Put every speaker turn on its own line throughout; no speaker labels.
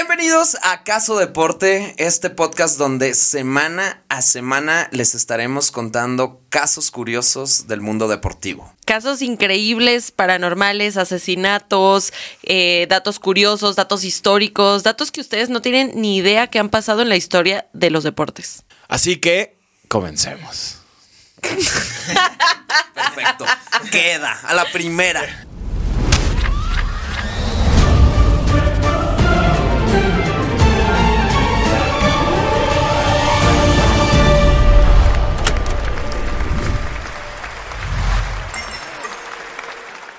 Bienvenidos a Caso Deporte, este podcast donde semana a semana les estaremos contando casos curiosos del mundo deportivo.
Casos increíbles, paranormales, asesinatos, eh, datos curiosos, datos históricos, datos que ustedes no tienen ni idea que han pasado en la historia de los deportes.
Así que comencemos.
Perfecto, queda a la primera.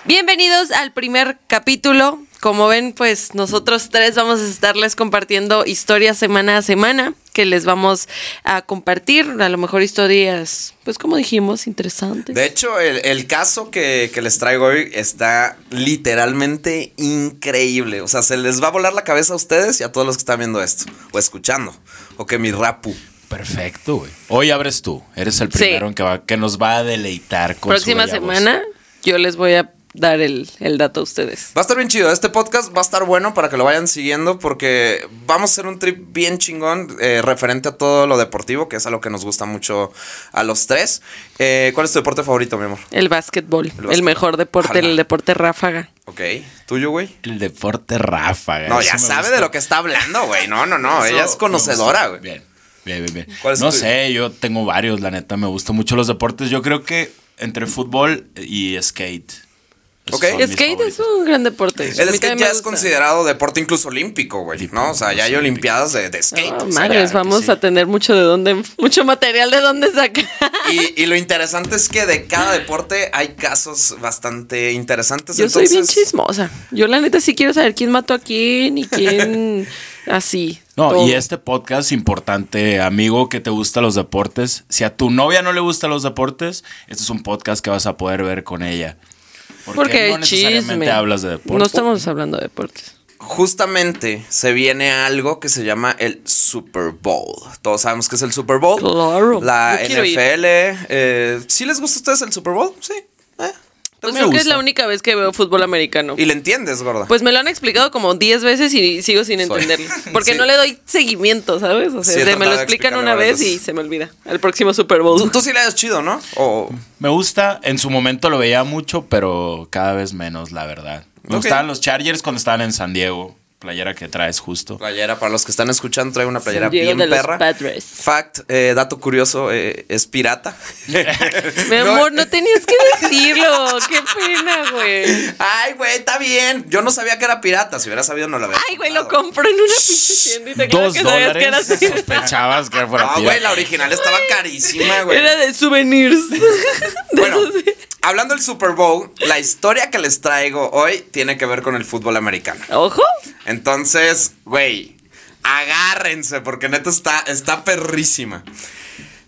Bienvenidos al primer capítulo. Como ven, pues nosotros tres vamos a estarles compartiendo historias semana a semana que les vamos a compartir. A lo mejor historias, pues como dijimos, interesantes.
De hecho, el, el caso que, que les traigo hoy está literalmente increíble. O sea, se les va a volar la cabeza a ustedes y a todos los que están viendo esto o escuchando. O que mi rapu.
Perfecto, güey. Hoy abres tú. Eres el primero en que, va- que nos va a deleitar con
Próxima
su bella voz.
semana yo les voy a dar el, el dato a ustedes.
Va a estar bien chido. Este podcast va a estar bueno para que lo vayan siguiendo porque vamos a hacer un trip bien chingón eh, referente a todo lo deportivo, que es algo que nos gusta mucho a los tres. Eh, ¿Cuál es tu deporte favorito, mi amor?
El básquetbol, el,
básquetbol.
mejor deporte,
Ojalá.
el deporte ráfaga.
Ok. ¿Tuyo, güey?
El deporte ráfaga.
No, ya sabe de lo que está hablando, güey. No, no, no. Ella es conocedora, güey.
Bien, bien, bien. bien.
¿Cuál es
no
tu-
sé, yo tengo varios, la neta. Me gustan mucho los deportes. Yo creo que entre fútbol y skate. Esos
Ok.
son mis
Skate es
favoritos.
un gran deporte. A
El
mí
skate
también me
ya es
gusta.
considerado deporte incluso olímpico, güey, ¿no? O sea, ya hay olimpiadas de, de skate. pues,
No,
o sea,
Ah, madres,
ya-
vamos
sí.
a tener mucho de dónde, mucho material de dónde sacar.
Y, y lo interesante es que de cada deporte hay casos bastante interesantes.
Yo soy
Pues
bien
entonces-
chismosa. Yo la neta sí quiero saber quién mató a quién y quién así.
No,
todo.
y este podcast importante, amigo que te gusta los deportes. Si a tu novia no le gustan los deportes, este es un podcast que vas a poder ver con ella.
porque hay
no necesariamente
chisme.
hablas de deportes.
No estamos hablando de deportes.
Pues justamente se viene algo que se llama el Super Bowl. Todos sabemos que es el Super Bowl.
Claro.
La
Yo quiero ir.
NFL. Eh, ¿Sí les gusta a ustedes el Super Bowl? Sí. eh.
Pues
me
creo que es
gusta.
la única vez que veo fútbol americano.
Y le entiendes, gorda.
Pues me lo han explicado como 10 veces y sigo sin
Soy.
entenderlo. Porque
Sí.
no le doy seguimiento, ¿sabes? O sea,
Sí, he
de- me lo
tratado de
explican
explicarlo
una
varias
vez y
veces.
se me olvida. Al próximo Super Bowl.
tú, tú sí le das chido, ¿no? O
Me gusta, en su momento lo veía mucho, pero cada vez menos, la verdad. Me
Ok.
gustaban los Chargers cuando estaban en San Diego, playera que traes justo.
playera. Para los que están escuchando, trae una playera
Diego
bien
de los
perra.
Padres.
Fact, eh, dato curioso, eh, es pirata.
Mi
No,
amor, no tenías que decirlo. Qué pena, güey.
Ay, güey, está bien. Yo no sabía que era pirata. Si hubiera sabido, no lo había.
Ay, güey, lo compro en una pinche tiendita. Claro
Dos
que sabías que era
dólares.
así. Ah,
Sospechabas que fuera
No,
tira.
güey, la original estaba carísima, güey.
Era de souvenirs. De
Bueno,
esos de-
hablando del Super Bowl, la historia que les traigo hoy tiene que ver con el fútbol americano.
Ojo.
Entonces, güey, agárrense porque neta está, está perrísima.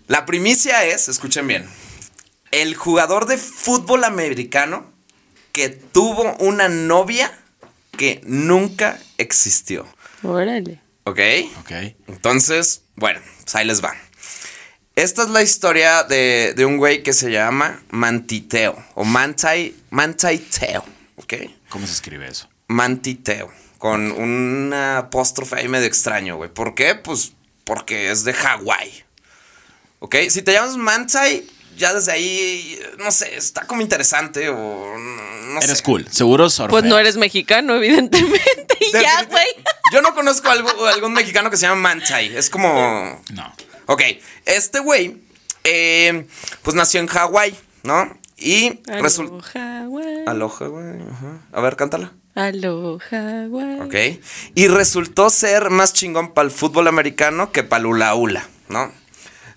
La primicia es, escuchen bien, el jugador de fútbol americano que tuvo una novia que nunca existió.
Órale.
¿Ok?
Ok.
Entonces, bueno, pues ahí les va. Esta es la historia de, de un güey que se llama Mantiteo o Mantai, Mantiteo, ¿ok?
¿Cómo se escribe eso?
Mantiteo, con un apóstrofe ahí medio extraño, güey. ¿Por qué? Pues porque es de Hawái, ¿ok? Si te llamas Mantai, ya desde ahí, no sé, está como interesante o no
Eres
sé.
cool. Seguro sorfeas.
Ah, Pues no eres mexicano, evidentemente. Y ya, güey.
Yo no conozco algo- algún mexicano que se llama Mantai, es como...
No.
Ok, este güey, eh, pues nació en Hawái, ¿no? Y resulta...
Aloha, güey.
Aloha, güey. ajá. A ver, cántala.
Aloha, güey.
Ok. Y resultó ser más chingón para el fútbol americano que para Lula Ula, ¿no?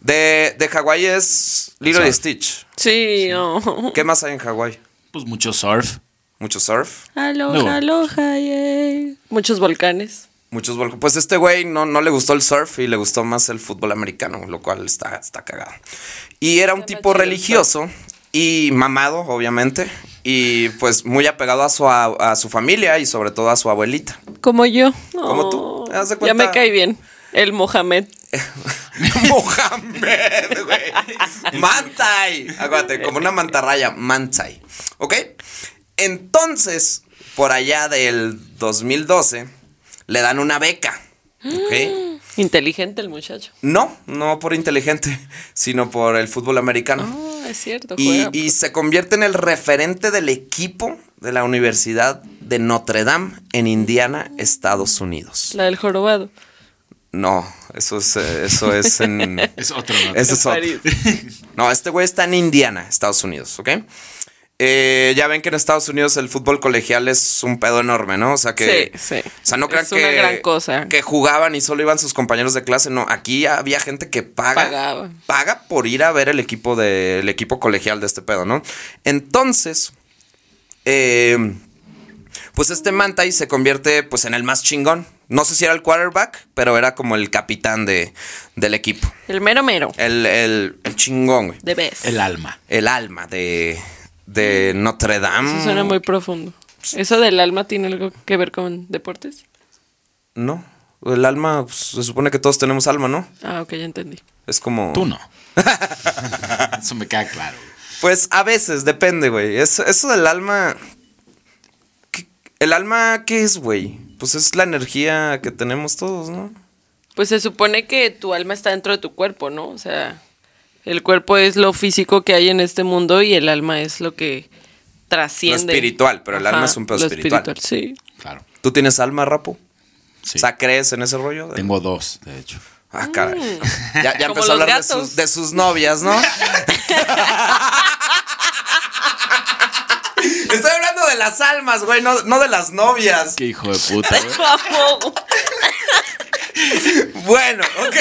De, de Hawái es Little
Surf.
Stitch.
Sí, oh.
¿Qué más hay en Hawái?
Pues mucho surf.
Mucho surf,
Aloha,
Luego.
aloha, yay. Muchos volcanes.
muchos volcanes. Pues este güey no, no le gustó el surf y le gustó más el fútbol americano, lo cual está, está cagado. Y era un
Está más
tipo
chido el
religioso y mamado, obviamente, y pues muy apegado a su, a, a su familia y sobre todo a su abuelita.
Como yo.
Como tú, haz de
Ya me
cuenta.
cae bien. El Mohamed.
Mohamed, güey. Mantai. Aguante, como una mantarraya. Mantai. ¿Ok? Entonces, por allá del 2012, le dan una beca. ¿Ok?
Inteligente el muchacho.
No, no por inteligente, sino por el fútbol americano.
Ah, es cierto.
Y,
juega.
y se convierte en el referente del equipo de la Universidad de Notre Dame en Indiana, Estados Unidos.
La del jorobado.
No, eso es, eh, eso es en...
Es otro. ¿no?
Eso es otro.
París.
No, este güey está en Indiana, Estados Unidos, ¿ok? Eh, ya ven que en Estados Unidos el fútbol colegial es un pedo enorme, ¿no? O sea que.
Sí, sí.
O sea, no crean
Es
que.
una gran cosa.
Que jugaban y solo iban sus compañeros de clase. No, aquí había gente que paga.
Pagaba.
Paga por ir a ver el equipo de, el equipo colegial de este pedo, ¿no? Entonces. eh, pues este Mantai se convierte pues en el más chingón. No sé si era el quarterback, pero era como el capitán de, del equipo.
El mero mero.
El, el, el chingón, güey.
De vez.
El alma.
El alma de, de Notre Dame.
Eso suena muy profundo. ¿Eso del alma tiene algo que ver con deportes?
No. El alma, pues, se supone que todos tenemos alma, ¿no?
Ah, ok, ya entendí.
Es como.
Tú no. Eso me queda claro.
Pues a veces, depende, güey. Eso, eso del alma. ¿qué- ¿El alma qué es, güey? Pues es la energía que tenemos todos, ¿no?
Pues se supone que tu alma está dentro de tu cuerpo, ¿no? O sea, el cuerpo es lo físico que hay en este mundo y el alma es lo que trasciende.
Lo espiritual, pero el alma es un pedo
lo
espiritual.
Sí.
Claro.
¿Tú tienes alma, Rapo?
Sí.
O sea, ¿crees en ese rollo?
Tengo dos, de hecho.
Ah, caray. Ya, ya
Mm. Como
empezó a
los
hablar de
gatos.
sus, de sus novias, ¿no? Estoy hablando de las almas, güey, no, no de las novias.
Qué hijo de puta, güey.
Bueno, ok.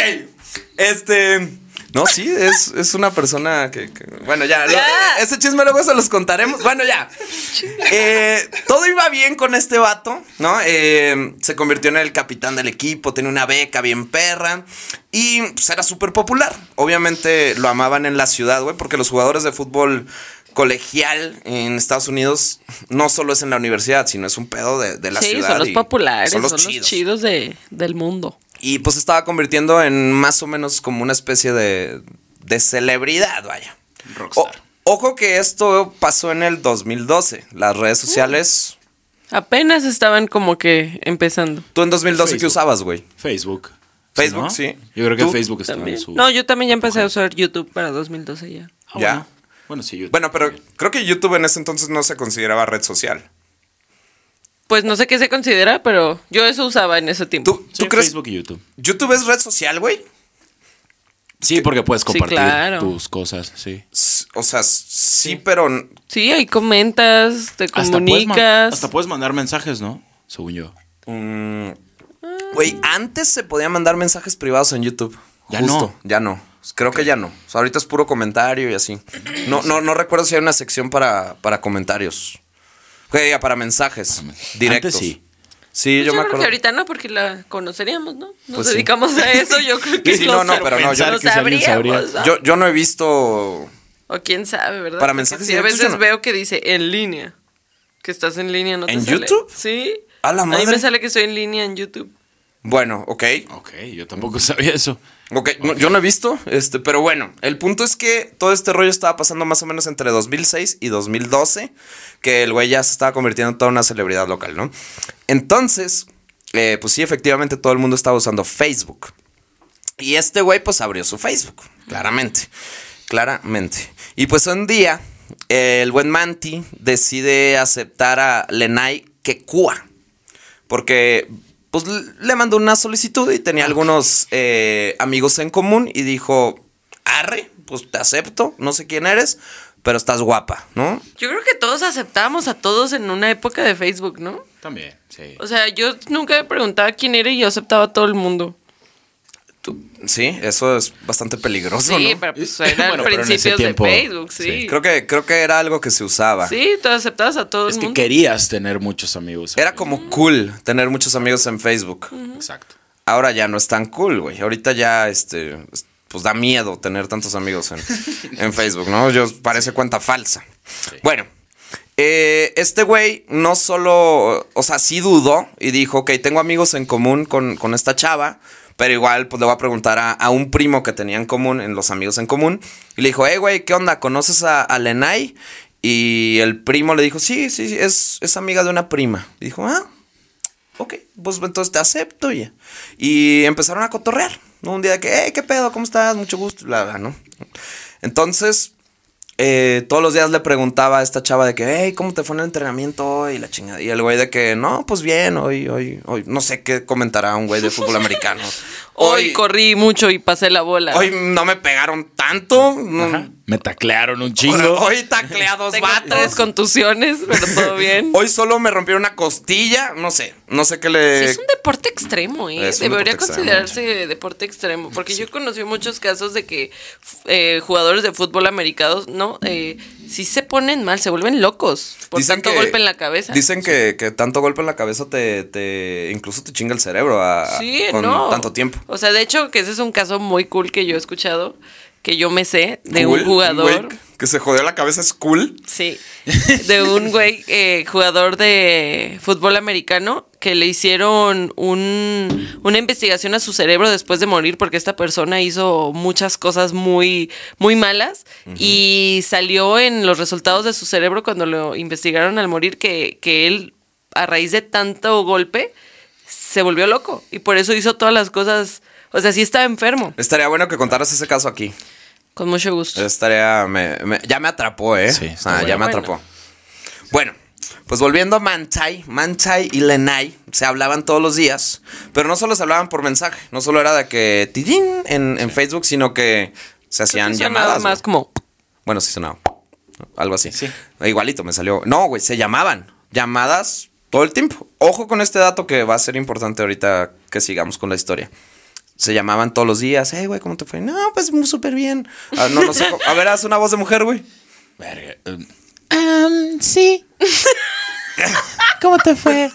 Este. No, sí, es, es una persona que. que- bueno, ya. lo-
Ya.
ese chisme luego se los contaremos. Bueno, ya. Eh, todo iba bien con este vato, ¿no? Eh, se convirtió en el capitán del equipo, tenía una beca bien perra. Y pues, era súper popular. Obviamente lo amaban en la ciudad, güey, porque los jugadores de fútbol colegial en Estados Unidos no solo es en la universidad, sino es un pedo de, de la
sí,
ciudad.
son los
y
populares, son los, chidos, de, del mundo.
y pues estaba convirtiendo en más o menos como una especie de, de celebridad, vaya.
Rockstar.
O- ojo que esto pasó en el 2012. Las redes
Mm.
sociales.
Apenas estaban como que empezando.
¿Tú en 2012 qué
Facebook.
usabas, güey?
Facebook.
Facebook,
¿no?
sí.
Yo creo que
¿Tú?
Facebook está
También.
en su.
No, yo también ya empecé a usar YouTube para 2012 ya.
Ah,
Ya.
Bueno. Bueno, sí, yo.
Bueno, pero creo que YouTube en ese entonces no se consideraba red social.
Pues no sé qué se considera, pero yo eso usaba en ese tiempo.
¿Tú,
Sí,
tú crees?
Facebook y YouTube.
¿YouTube es red social, güey?
Sí, porque puedes compartir
claro.
tus cosas, sí.
S- O sea, s- sí, pero. n-
Sí, ahí comentas, te
Hasta puedes, man-
comunicas.
hasta puedes mandar mensajes, ¿no? Según yo.
mm, Güey, antes se podía mandar mensajes privados en YouTube.
Ya no.
Ya no. Creo que ya no. O sea, ahorita es puro comentario y así. No, no, no recuerdo si hay una sección para, para comentarios. Que diga, para mensajes directos.
Antes sí.
Sí,
Pues
yo, me
creo
acuerdo.
que ahorita no, porque la conoceríamos, ¿no? Nos
Pues sí.
dedicamos a eso, yo creo que
Sí,
lo
no, no, pero no, yo-
lo
que si alguien
sabríamos, ¿no?
Yo, yo no he visto.
O quién sabe, ¿verdad?
Para
Porque
mensajes
sí, a
directos
veces
yo no-
veo que dice en línea. Que estás en línea, ¿no te
¿En
sale?
YouTube?
Sí.
A la
A
madre.
mí me sale que estoy en línea en YouTube.
Bueno, ok.
Ok, yo tampoco sabía eso.
Ok, no, yo no he visto, este, pero bueno, el punto es que todo este rollo estaba pasando más o menos entre 2006 y 2012, que el güey ya se estaba convirtiendo en toda una celebridad local, ¿no? Entonces, eh, pues sí, efectivamente todo el mundo estaba usando Facebook. Y este güey pues abrió su Facebook, claramente, claramente. Y pues un día, eh, el buen Manti decide aceptar a Lenai Kekua porque pues l- le mandó una solicitud y tenía algunos eh, amigos en común y dijo, arre, pues te acepto, no sé quién eres, pero estás guapa, ¿no?
Yo creo que todos aceptábamos a todos en una época de Facebook, ¿no?
También, sí.
O sea, yo nunca me preguntaba quién era y yo aceptaba a todo el mundo.
Tú- sí, eso es bastante peligroso,
Sí,
¿no?
pero pues
Bueno,
eran
pero en ese
principios de
tiempo,
Facebook, sí.
sí.
Creo que, creo que era algo que se usaba.
Sí, te aceptabas a todo
es
el
que
mundo.
querías tener muchos amigos.
Era como cool tener muchos amigos en Facebook.
Exacto.
Ahora ya no es tan cool, güey. Ahorita ya, este, pues da miedo tener tantos amigos en, en Facebook, ¿no? Yo parece cuenta falsa. Bueno, eh, este güey no solo, o sea, sí dudó y dijo, ok, tengo amigos en común con, con esta chava, pero igual pues le voy a preguntar a, a un primo que tenía en común, en los amigos en común, y le dijo, hey, güey, ¿qué onda? ¿Conoces a, a Lenay? Y el primo le dijo, sí, sí, sí, es, es amiga de una prima. Y dijo, ah, ok, pues entonces te acepto y, y empezaron a cotorrear. ¿no? Un día de que, hey, ¿qué pedo? ¿Cómo estás? Mucho gusto, bla, bla, ¿no? Entonces, eh, todos los días le preguntaba a esta chava de que, hey, ¿cómo te fue en el entrenamiento hoy? Y La chingada. Y el güey de que, no, pues bien, hoy, hoy, hoy, no sé qué comentará un güey de fútbol americano.
Hoy corrí mucho y pasé la bola.
Hoy no me pegaron tanto. no-
Me taclearon un
Hoy,
chingo.
tacleé a dos
Tengo tres
vatos.
contusiones, pero todo bien.
Hoy solo me rompieron una costilla. No sé. No sé qué le.
Sí, es un deporte extremo, ¿eh?
es un
Debería
deporte
considerarse deporte extremo, porque yo conocí muchos casos de que f- eh, jugadores de fútbol americanos, ¿no? Eh, sí se ponen mal, se vuelven locos por tanto golpe en la cabeza.
Dicen que, que tanto golpe en la cabeza te, te- incluso te chinga el cerebro a,
sí,
ah, con
no.
tanto tiempo.
O sea, de hecho, que ese es un caso muy cool que yo he escuchado, que yo me sé, de
Cool,
un jugador.
güey que se jodió la cabeza es cool.
Sí, de un güey eh, jugador de fútbol americano que le hicieron un, una investigación a su cerebro después de morir porque esta persona hizo muchas cosas muy, muy malas y salió en los resultados de su cerebro cuando lo investigaron al morir que, que él, a raíz de tanto golpe, se volvió loco y por eso hizo todas las cosas, o sea, sí estaba enfermo,
Estaría bueno que contaras ese caso aquí.
con mucho gusto.
Estaría. me- me- ya me atrapó, ¿eh?
Sí, está
Ah, ya
bueno.
me atrapó. Bueno, pues volviendo a Manchai, Manchai y Lenai se hablaban todos los días, pero no solo se hablaban por mensaje, no solo era de que tidín en, en Facebook, sino que se hacían
Eso sonaba
llamadas.
más
güey.
como...
Bueno, sí sonaba. Algo así.
Sí.
Igualito me salió. No, güey, se llamaban. Llamadas todo el tiempo. Ojo con este dato que va a ser importante ahorita que sigamos con la historia. Se llamaban todos los días. Hey, güey, ¿cómo te fue? No, pues muy súper bien. Ah, no, no sé. cómo- A ver, haz una voz de mujer, güey.
Verga, eh,
Um, sí. ¿Cómo te fue?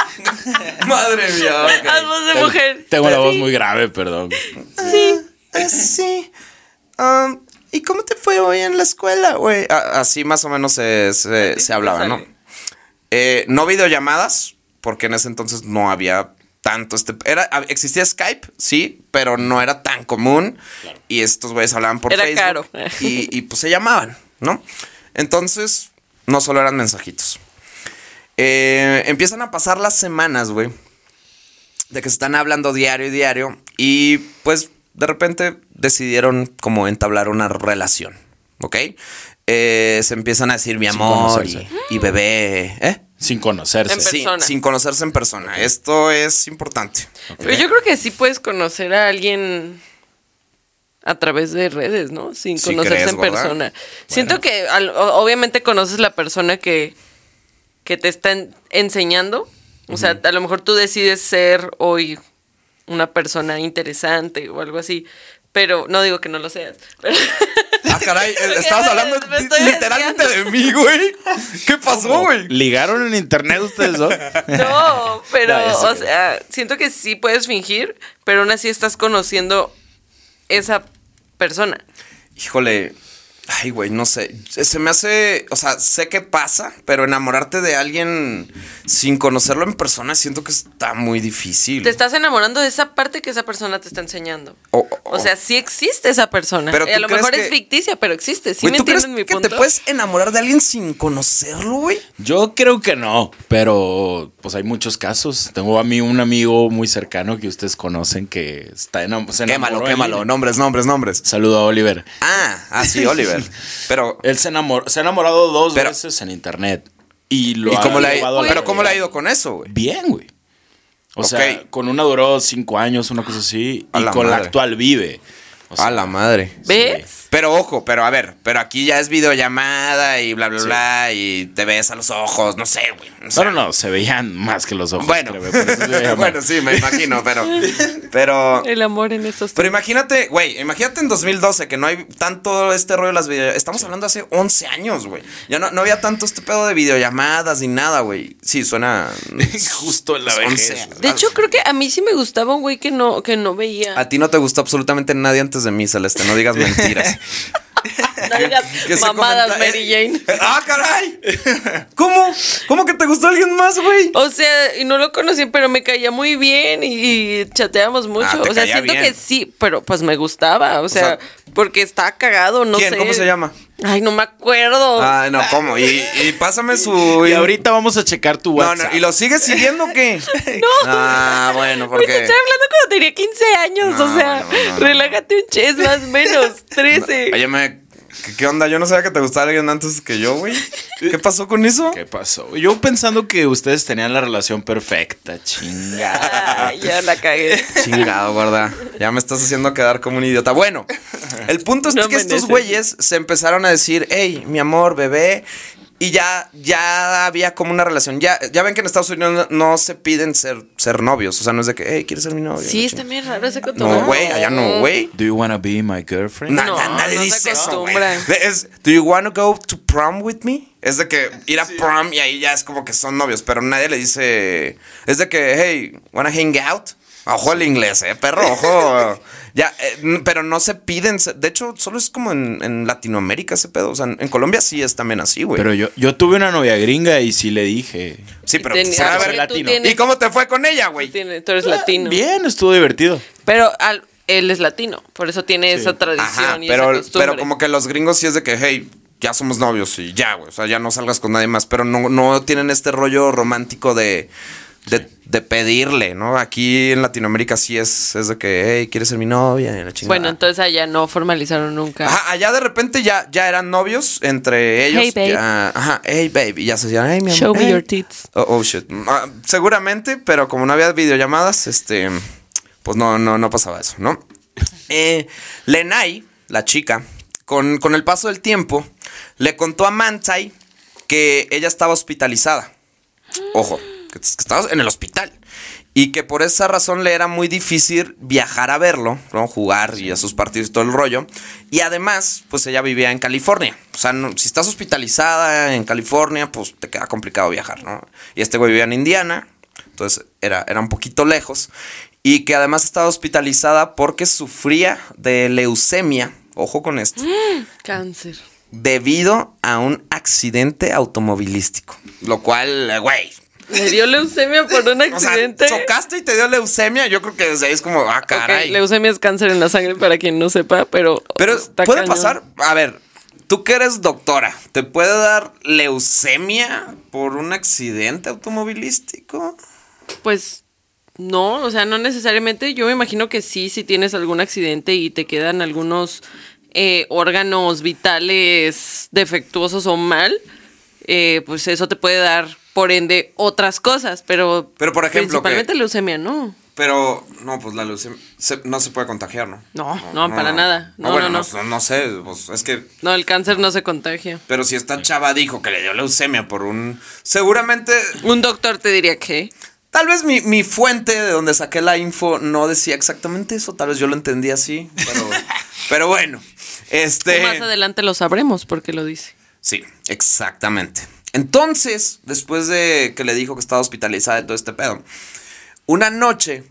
Madre mía. ok.
Haz "Ah, voz de mujer.
Tengo la voz
Sí.
muy grave, perdón.
Ah, sí. Am, Um, ¿Y cómo te fue hoy en la escuela, güey? A- Así más o menos se, se- se hablaba, ¿no?
sale.
Eh, no videollamadas, porque en ese entonces no había tanto este... Era, hab- existía Skype, sí, pero no era tan común. Y estos güeyes hablaban por
Era
Facebook.
caro.
Y, y, pues se llamaban, ¿no? Entonces, no solo eran mensajitos. Eh, empiezan a pasar las semanas, güey de que se están hablando diario y diario y pues de repente decidieron como entablar una relación, ¿ok? Eh, se empiezan a decir mi
Sin
amor y,
conocerse.
y bebé, ¿eh?
Sin conocerse.
En
Sí,
persona.
sin conocerse en persona. Esto es importante.
Pero yo creo que sí puedes conocer a alguien a través de redes, ¿no? Sin
Sí
conocerse
crees,
en
¿verdad?
persona. Siento que al- o- obviamente conoces la persona que, que te está en- enseñando. O sea, a lo mejor tú decides ser hoy una persona interesante o algo así. Pero no digo que no lo seas. pero-
Ah, caray,
Creo que
estabas
me-
hablando
me
li-
estoy
literalmente de
desviando.
mí, güey. ¿Qué pasó, güey?
¿Ligaron en internet ustedes dos?
No, pero,
No, ya sé
o
que-
sea, siento que sí puedes fingir, pero aún así estás conociendo esa persona.
Híjole. Ay, güey, no sé. Se me hace. O sea, sé que pasa, pero enamorarte de alguien sin conocerlo en persona siento que está muy difícil.
Te estás enamorando de esa parte que esa persona te está enseñando.
O- o-
O sea, sí existe esa persona.
Pero
Eh, a
¿tú
lo
crees
mejor
que-
es ficticia, pero existe. ¿Sí
Güey,
me
¿tú crees
entienden mi
que
punto?
te puedes enamorar de alguien sin conocerlo, güey?
Yo creo que no, pero pues hay muchos casos. Tengo a mí un amigo muy cercano que ustedes conocen que está enam- se enamoró.
Quémalo,
de
quémalo.
alguien.
Nombres, nombres, nombres.
Saludo a Oliver.
Ah, ah, sí, Oliver. Pero,
Él se, enamoró, se ha enamorado dos
Pero-
veces en internet. Y lo
¿y
ha
cómo le ha
llevado
ido?
la
Pero ¿cómo le ha
realidad.
ido con eso, güey?
Bien, güey. O
Ok.
sea, con una duró cinco años, una cosa así.
A
y
la
con la
madre.
actual vive. O sea,
A la madre.
¿Ves?
Pero ojo, pero a ver, pero aquí ya es videollamada y bla, bla, bla, y te ves a los ojos, no sé, güey. O sea,
No, no, no, se veían más que los ojos.
Bueno,
créeme, por eso se veía mal.
bueno, sí, me imagino, pero, pero,
El amor en estos
pero imagínate, güey, imagínate en 2012 que no hay tanto este rollo de las videollamadas. Estamos hablando hace 11 años, güey. Ya no, no había tanto este pedo de videollamadas ni nada, güey. Sí, suena
Justo en la
Once.
vejez.
De hecho, creo que a mí sí me gustaba un güey que no, que no veía.
Ah, A ti no te gustó absolutamente nadie antes de mí, Celeste, no digas mentiras.
No digas
que se
mamadas,
comenta-
Mary Jane.
¡Ah, caray! ¿Cómo? ¿Cómo que te gustó alguien más, güey?
O sea, y no lo conocí, pero me caía muy bien y, y chateábamos mucho.
Ah, te
o sea,
caía
siento
bien.
que sí, pero pues me gustaba. O sea,
sea,
porque está cagado, no
¿Quién?
sé.
¿Cómo se llama? Ah,
Ay, no me acuerdo.
Ay, no, ¿cómo? Y, y pásame su.
Oh. Y ahorita vamos a checar tu
No,
WhatsApp.
no, ¿y lo sigues siguiendo o qué?
No.
Ah, bueno,
Güey, te
porque.
estoy hablando cuando tenía 15 años.
No,
o sea,
no, no, no.
relájate un ches, más o menos. 13.
Oye, me. ¿qué- ¿Qué onda? Yo no sabía que te gustaba alguien antes que yo, güey. ¿Qué pasó con eso?
¿Qué pasó? Yo pensando que ustedes tenían la relación perfecta, chinga.
Ay, ya la cagué.
Chingado, guarda. Ya me estás haciendo quedar como un idiota. Bueno, el punto es
No
que estos
amaneces.
güeyes se empezaron a decir, hey, mi amor, bebé. Y ya, ya había como una relación. Ya, ya ven que en Estados Unidos no, no se piden ser, ser novios. O sea, no es de que, hey, ¿quieres ser mi novio?
Sí,
La
está
chingada.
bien raro ese cotorreo.
No, güey, allá no, güey.
Do you wanna be my girlfriend?
Na-
No,
na- nadie
no se
dice eso, güey.
acostumbra.
Es, do you wanna go to prom with me? Es de que ir a prom y ahí ya es como que son novios, pero nadie le dice. Es de que, hey, wanna hang out? Ojo al inglés, eh, perro, ojo. ya, eh, n- pero no se piden. se- De hecho, solo es como en, en Latinoamérica ese pedo. O sea, en, en Colombia sí es también así, güey.
Pero yo, yo tuve una novia gringa y sí le dije.
sí, pero. pues,
Tenía-
se va a
es
ver
que tú
latino.
tienes-
¿Y cómo te fue con ella, güey?
tiene- tú eres latino.
Bien, estuvo divertido.
Pero al- él es latino, por eso tiene
Sí.
esa tradición
Ajá,
y esa
pero,
costumbre.
pero como que los gringos sí es de que, hey, ya somos novios y ya, güey. O sea, ya no salgas con nadie más. Pero no, no tienen este rollo romántico de, de, de pedirle, ¿no? Aquí en Latinoamérica sí es, es de que, hey, ¿quieres ser mi novia? Y la chingada.
Bueno, entonces allá no formalizaron nunca.
Ajá, allá de repente ya, ya eran novios entre ellos.
Hey, babe.
ya- ajá, hey, baby. Ya se decían, hey, mi amor.
Show me
hey".
your tits.
Oh, oh, shit. Ah, seguramente, pero como no había videollamadas, este, pues no, no, no pasaba eso, ¿no? Eh, Lenai, la chica, con, con el paso del tiempo, le contó a Mantai que ella estaba hospitalizada. Ojo, que, que estaba en el hospital. Y que por esa razón le era muy difícil viajar a verlo, ¿no? jugar y a sus partidos y todo el rollo. Y además, pues ella vivía en California. O sea, no- si estás hospitalizada en California, pues te queda complicado viajar, ¿no? Y este güey vivía en Indiana, entonces era, era un poquito lejos. Y que además estaba hospitalizada porque sufría de leucemia, ojo con esto,
Cáncer.
debido a un accidente automovilístico. Lo cual, eh, güey,
Le dio leucemia por un
o sea,
accidente.
chocaste y te dio leucemia. Yo creo que desde ahí es como, ah,
Ok,
caray.
leucemia es cáncer en la sangre para quien no sepa, pero.
Pero
está
puede
cañón.
pasar, a ver, tú que eres doctora, ¿te puede dar leucemia por un accidente automovilístico?
Pues no, o sea, no necesariamente. Yo me imagino que sí, si tienes algún accidente y te quedan algunos eh, órganos vitales defectuosos o mal, eh, pues eso te puede dar, por ende, otras cosas, pero.
Pero, por ejemplo,
Principalmente
que-
leucemia, no.
Pero, no, pues la leucemia se- no se puede contagiar, ¿no?
No, no, para nada.
Ah,
No,
bueno,
no,
no, no, sé, pues, es que...
No, el cáncer no se contagia.
Pero si esta chava dijo que le dio leucemia por un... Seguramente,
Un doctor te diría que.
tal vez mi, mi fuente de donde saqué la info no decía exactamente eso, tal vez yo lo entendí así, pero, pero bueno. Este...
Más adelante lo sabremos porque lo dice.
Sí, exactamente. Entonces, después de que le dijo que estaba hospitalizada y todo este pedo, una noche,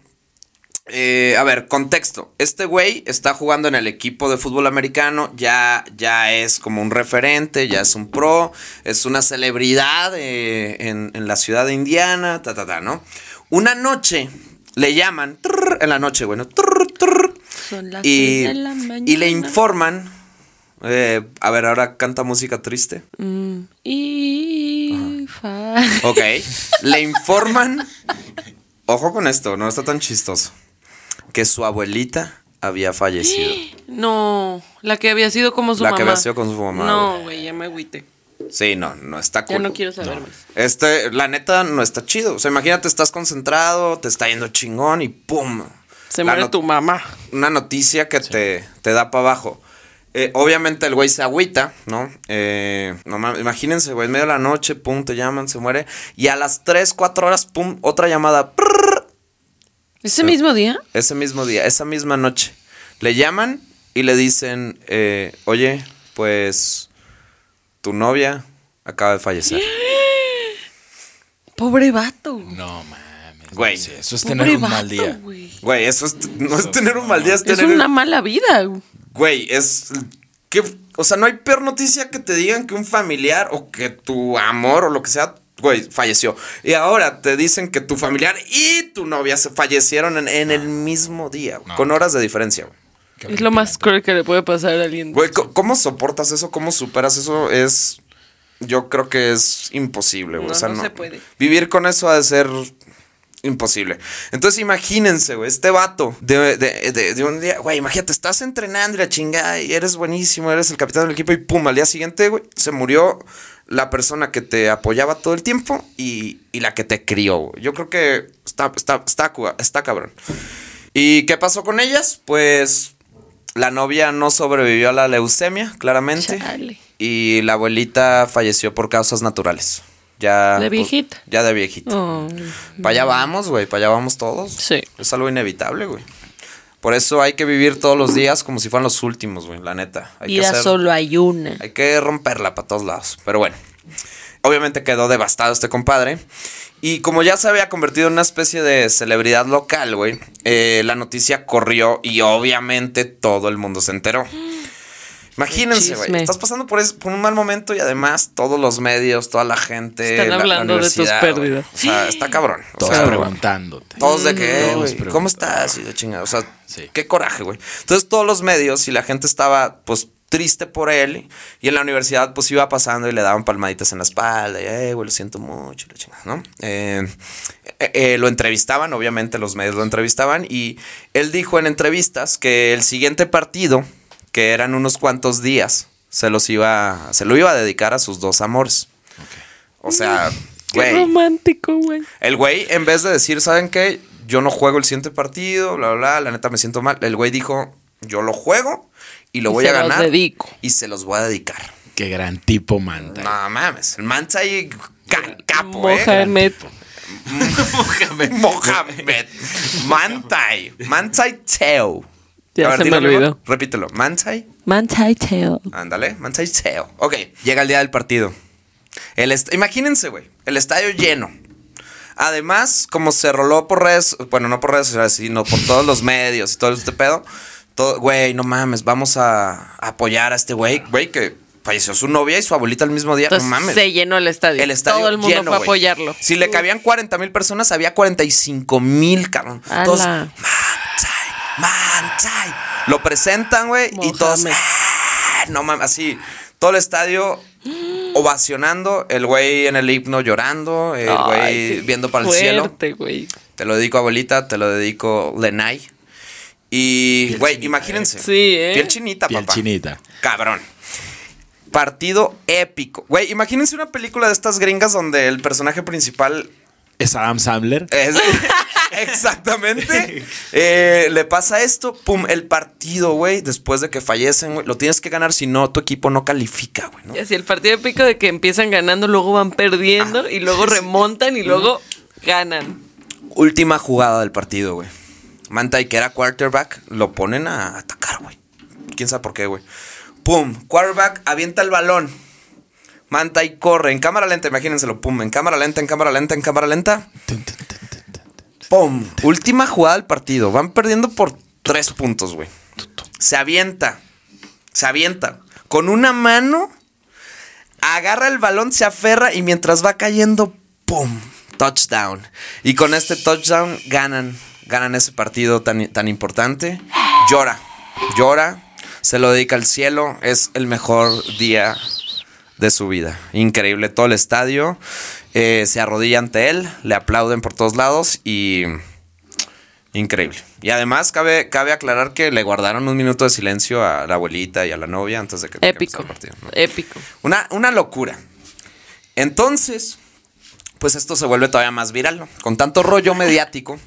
eh, a ver, contexto, este güey está jugando en el equipo de fútbol americano, ya, ya es como un referente, ya es un pro, es una celebridad eh, en, en la ciudad de Indiana, ta, ta, ta, ¿no? Una noche le llaman, trrr, en la noche, bueno, trrr, trrr,
Son las
y,
seis de la mañana.
y le informan, eh, a ver, ahora canta música triste.
Mm. Y. fa-
Ok. Le informan. Ojo con esto, no está tan chistoso. Que su abuelita había fallecido.
No, la que había sido como su
La
mamá.
que había sido con su mamá,
No, güey, ya me agüité.
Sí, no, no está cool.
Ya no quiero saber más.
Este, la neta, no está chido. O sea, imagínate, estás concentrado, te está yendo chingón y ¡pum!
Se
La
muere
no-
tu mamá.
una noticia que te, te da para abajo. Eh, obviamente el güey se agüita, ¿no? Eh, no mames, imagínense, güey, en medio de la noche, pum, te llaman, se muere. Y a las 3, 4 horas, pum, otra llamada. prrr,
¿Ese mismo día?
Ese mismo día, esa misma noche. Le llaman y le dicen, eh, oye, pues tu novia acaba de fallecer.
Pobre vato.
No mames.
Güey.
sí, Eso es
Pobre
tener un
vato,
mal día.
güey.
Güey, eso es- no es tener un mal día, es
Es
tener...
una mala vida. güey.
Güey, es que, o sea, no hay peor noticia que te digan que un familiar o que tu amor o lo que sea, güey, falleció. Y ahora te dicen que tu familiar y tu novia se fallecieron en, en el mismo día, güey,
No.
con horas de diferencia, güey.
Es lo más cruel que le puede pasar a alguien.
Güey, co- ¿cómo soportas eso? ¿Cómo superas eso? Es. Yo creo que es imposible, güey.
No,
o sea,
no
no,
se puede.
Vivir con eso ha de ser imposible. Entonces, imagínense, güey, este vato de, de- de- de un día, güey, imagínate, estás entrenando y la chingada y eres buenísimo, eres el capitán del equipo y pum, al día siguiente, güey, se murió la persona que te apoyaba todo el tiempo y, y la que te crió, güey. Yo creo que está, está, está, cu- está cabrón. ¿Y qué pasó con ellas? Pues la novia no sobrevivió a la leucemia, claramente.
Chale.
Y la abuelita falleció por causas naturales. Ya.
De
pues,
viejita.
ya de viejita.
Oh,
Para allá vamos, güey. Para allá vamos todos.
Sí.
Es algo inevitable, güey. Por eso hay que vivir todos los días como si fueran los últimos, güey. La neta. Hay que
vida
ser-
solo hay una.
hay que romperla para todos lados. Pero bueno, obviamente quedó devastado este compadre. Y como ya se había convertido en una especie de celebridad local, güey, eh, la noticia corrió y obviamente todo el mundo se enteró. Imagínense, güey,
chisme.
estás pasando por, es- por un mal momento y además todos los medios, toda la gente.
Están
la- la
hablando de tus
universidad, güey.
pérdidas.
O sea, está cabrón. O
Todos
sea,
preguntándote.
todos de que,
Todos
"Eh, güey,
preguntan.
¿cómo estás? Y de chingada. O sea,
Sí.
qué coraje, güey. Entonces, todos los medios y la gente estaba, pues, triste por él. Y en la universidad, pues, iba pasando y le daban palmaditas en la espalda. Y, eh, güey, lo siento mucho, y la chingada, ¿no? Eh, eh, eh, lo entrevistaban, obviamente, los medios lo entrevistaban. Y él dijo en entrevistas que el siguiente partido, que eran unos cuantos días, se los iba, se lo iba a dedicar a sus dos amores. O sea,
Qué
güey.
romántico, güey.
El güey, en vez de decir, ¿saben qué? Yo no juego el siguiente partido, bla, bla, bla, la neta me siento mal. El güey dijo, yo lo juego y lo
Y
voy
se
a
los
ganar.
dedico.
Y se los voy a dedicar.
Qué gran tipo, manda.
No mames, el mancha y ca- capo, ¿eh?
Mohamed.
Mohamed. Mantai. Mantai Teo.
Ya
A ver,
se me
dilo, Lolo.
olvidó.
Repítelo. Mantai.
Mantai Tail.
Ándale, Mansa y Seo. Ok, llega el día del partido. El est- Imagínense, güey, el estadio lleno. Además, como se roló por redes, bueno, no por redes sociales, sino por todos los medios y todo este pedo, todo, güey, no mames, vamos a apoyar a este güey, güey, que falleció su novia y su abuelita el mismo día,
Entonces
no mames.
se llenó el estadio.
El estadio
Todo el mundo
lleno,
fue a
güey.
apoyarlo.
Si le cabían 40 mil personas, había 45 mil, cabrón.
Ala.
Todos, Manchai, Manchai. Lo presentan, güey, y todos,
Mohamed.
"Ah", no mames, así. Todo el estadio ovacionando, el güey en el himno llorando, el
Ay,
eh, güey
qué
viendo para el cielo.
fuerte, güey.
Te lo dedico abuelita, te lo dedico Lenay. Y, güey, imagínense.
Sí, ¿eh?
Piel chinita,
Piel
papá.
chinita.
Cabrón. Partido épico. Güey, imagínense una película de estas gringas donde el personaje principal
¿Es Adam Sandler?
es. Exactamente. Eh, le pasa esto, pum, el partido, güey, después de que fallecen, güey, lo tienes que ganar, si no, tu equipo no califica, güey, ¿no?
Y así el partido épico de que empiezan ganando, luego van perdiendo
Ah,
y luego remontan y luego ganan.
Última jugada del partido, güey. Mantai, que era quarterback, lo ponen a atacar, güey. Quién sabe por qué, güey. Pum, quarterback avienta el balón. Mantai corre en cámara lenta, imagínenselo, pum, en cámara lenta, en cámara lenta, en cámara lenta.
Tun, tun, tun, tun, tun.
Pum, última jugada del partido. Van perdiendo por tres puntos, güey. Se avienta. Se avienta. Con una mano, agarra el balón, se aferra y mientras va cayendo, ¡pum! Touchdown. Y con este touchdown ganan. Ganan ese partido tan, tan importante. Llora. Llora. Se lo dedica al cielo. Es el mejor día de su vida. Increíble. Todo el estadio eh, se arrodilla ante él, le aplauden por todos lados y. Increíble. Y además cabe, cabe aclarar que le guardaron un minuto de silencio a la abuelita y a la novia antes de que que empezara
Épico.
el partido, ¿no?
Épico.
Una, una locura. Entonces, pues esto se vuelve todavía más viral, ¿no? Con tanto rollo mediático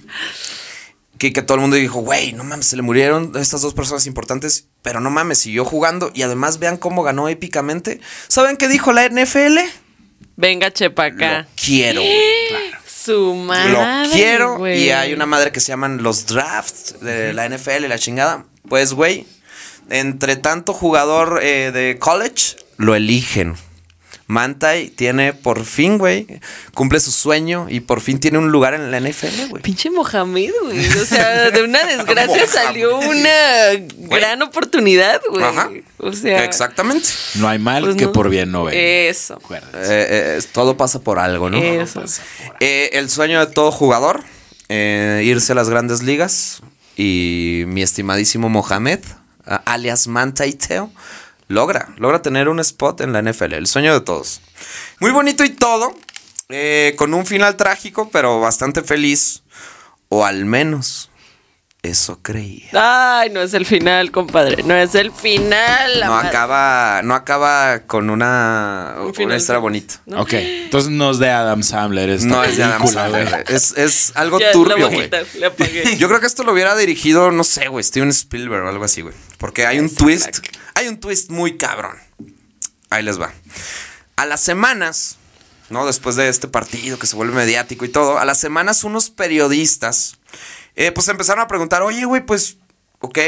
que, que todo el mundo dijo, güey, no mames, se le murieron estas dos personas importantes, pero no mames, siguió jugando y además vean cómo ganó épicamente. ¿Saben qué dijo la NFL?
Venga,
Lo
Chepaca.
quiero.
Su madre.
Lo quiero.
güey.
Y hay una madre que se llaman los drafts de la NFL y la chingada. Pues, güey, entre tanto jugador eh, de college, lo eligen. Mantai tiene por fin, güey, cumple su sueño y por fin tiene un lugar en la NFL, güey.
Pinche Mohamed, güey. O sea, de una desgracia salió una gran oportunidad, güey.
Ajá.
O sea,
Exactamente.
No hay mal
pues
que
no.
por bien no venga.
Eso.
Acuérdense.
Eh, eh, todo pasa por algo, ¿no?
Eso.
Eh, el sueño de todo jugador, eh, irse a las grandes ligas. Y mi estimadísimo Mohamed, a- alias Manta y Teo, logra, logra tener un spot en la NFL, el sueño de todos. Muy bonito y todo, eh, con un final trágico, pero bastante feliz. O al menos, eso creía.
Ay, no es el final, compadre. No es el final. la
No
madre.
acaba, no acaba con una,
Un final
una historia
feliz.
bonita.
¿no?
Ok, entonces no es de Adam Sandler esta
No es de Adam
película,
Sandler,
güey.
güey. Es, es algo
Ya, la
turbio,
voy a
güey.
quitar, le apagué.
Yo creo que esto lo hubiera dirigido, no sé, güey, Steven Spielberg o algo así, güey. Porque hay un twist. Hay un twist muy cabrón. Ahí les va. A las semanas, ¿no? Después de este partido que se vuelve mediático y todo, a las semanas unos periodistas, eh, pues empezaron a preguntar, oye, güey, pues, ok,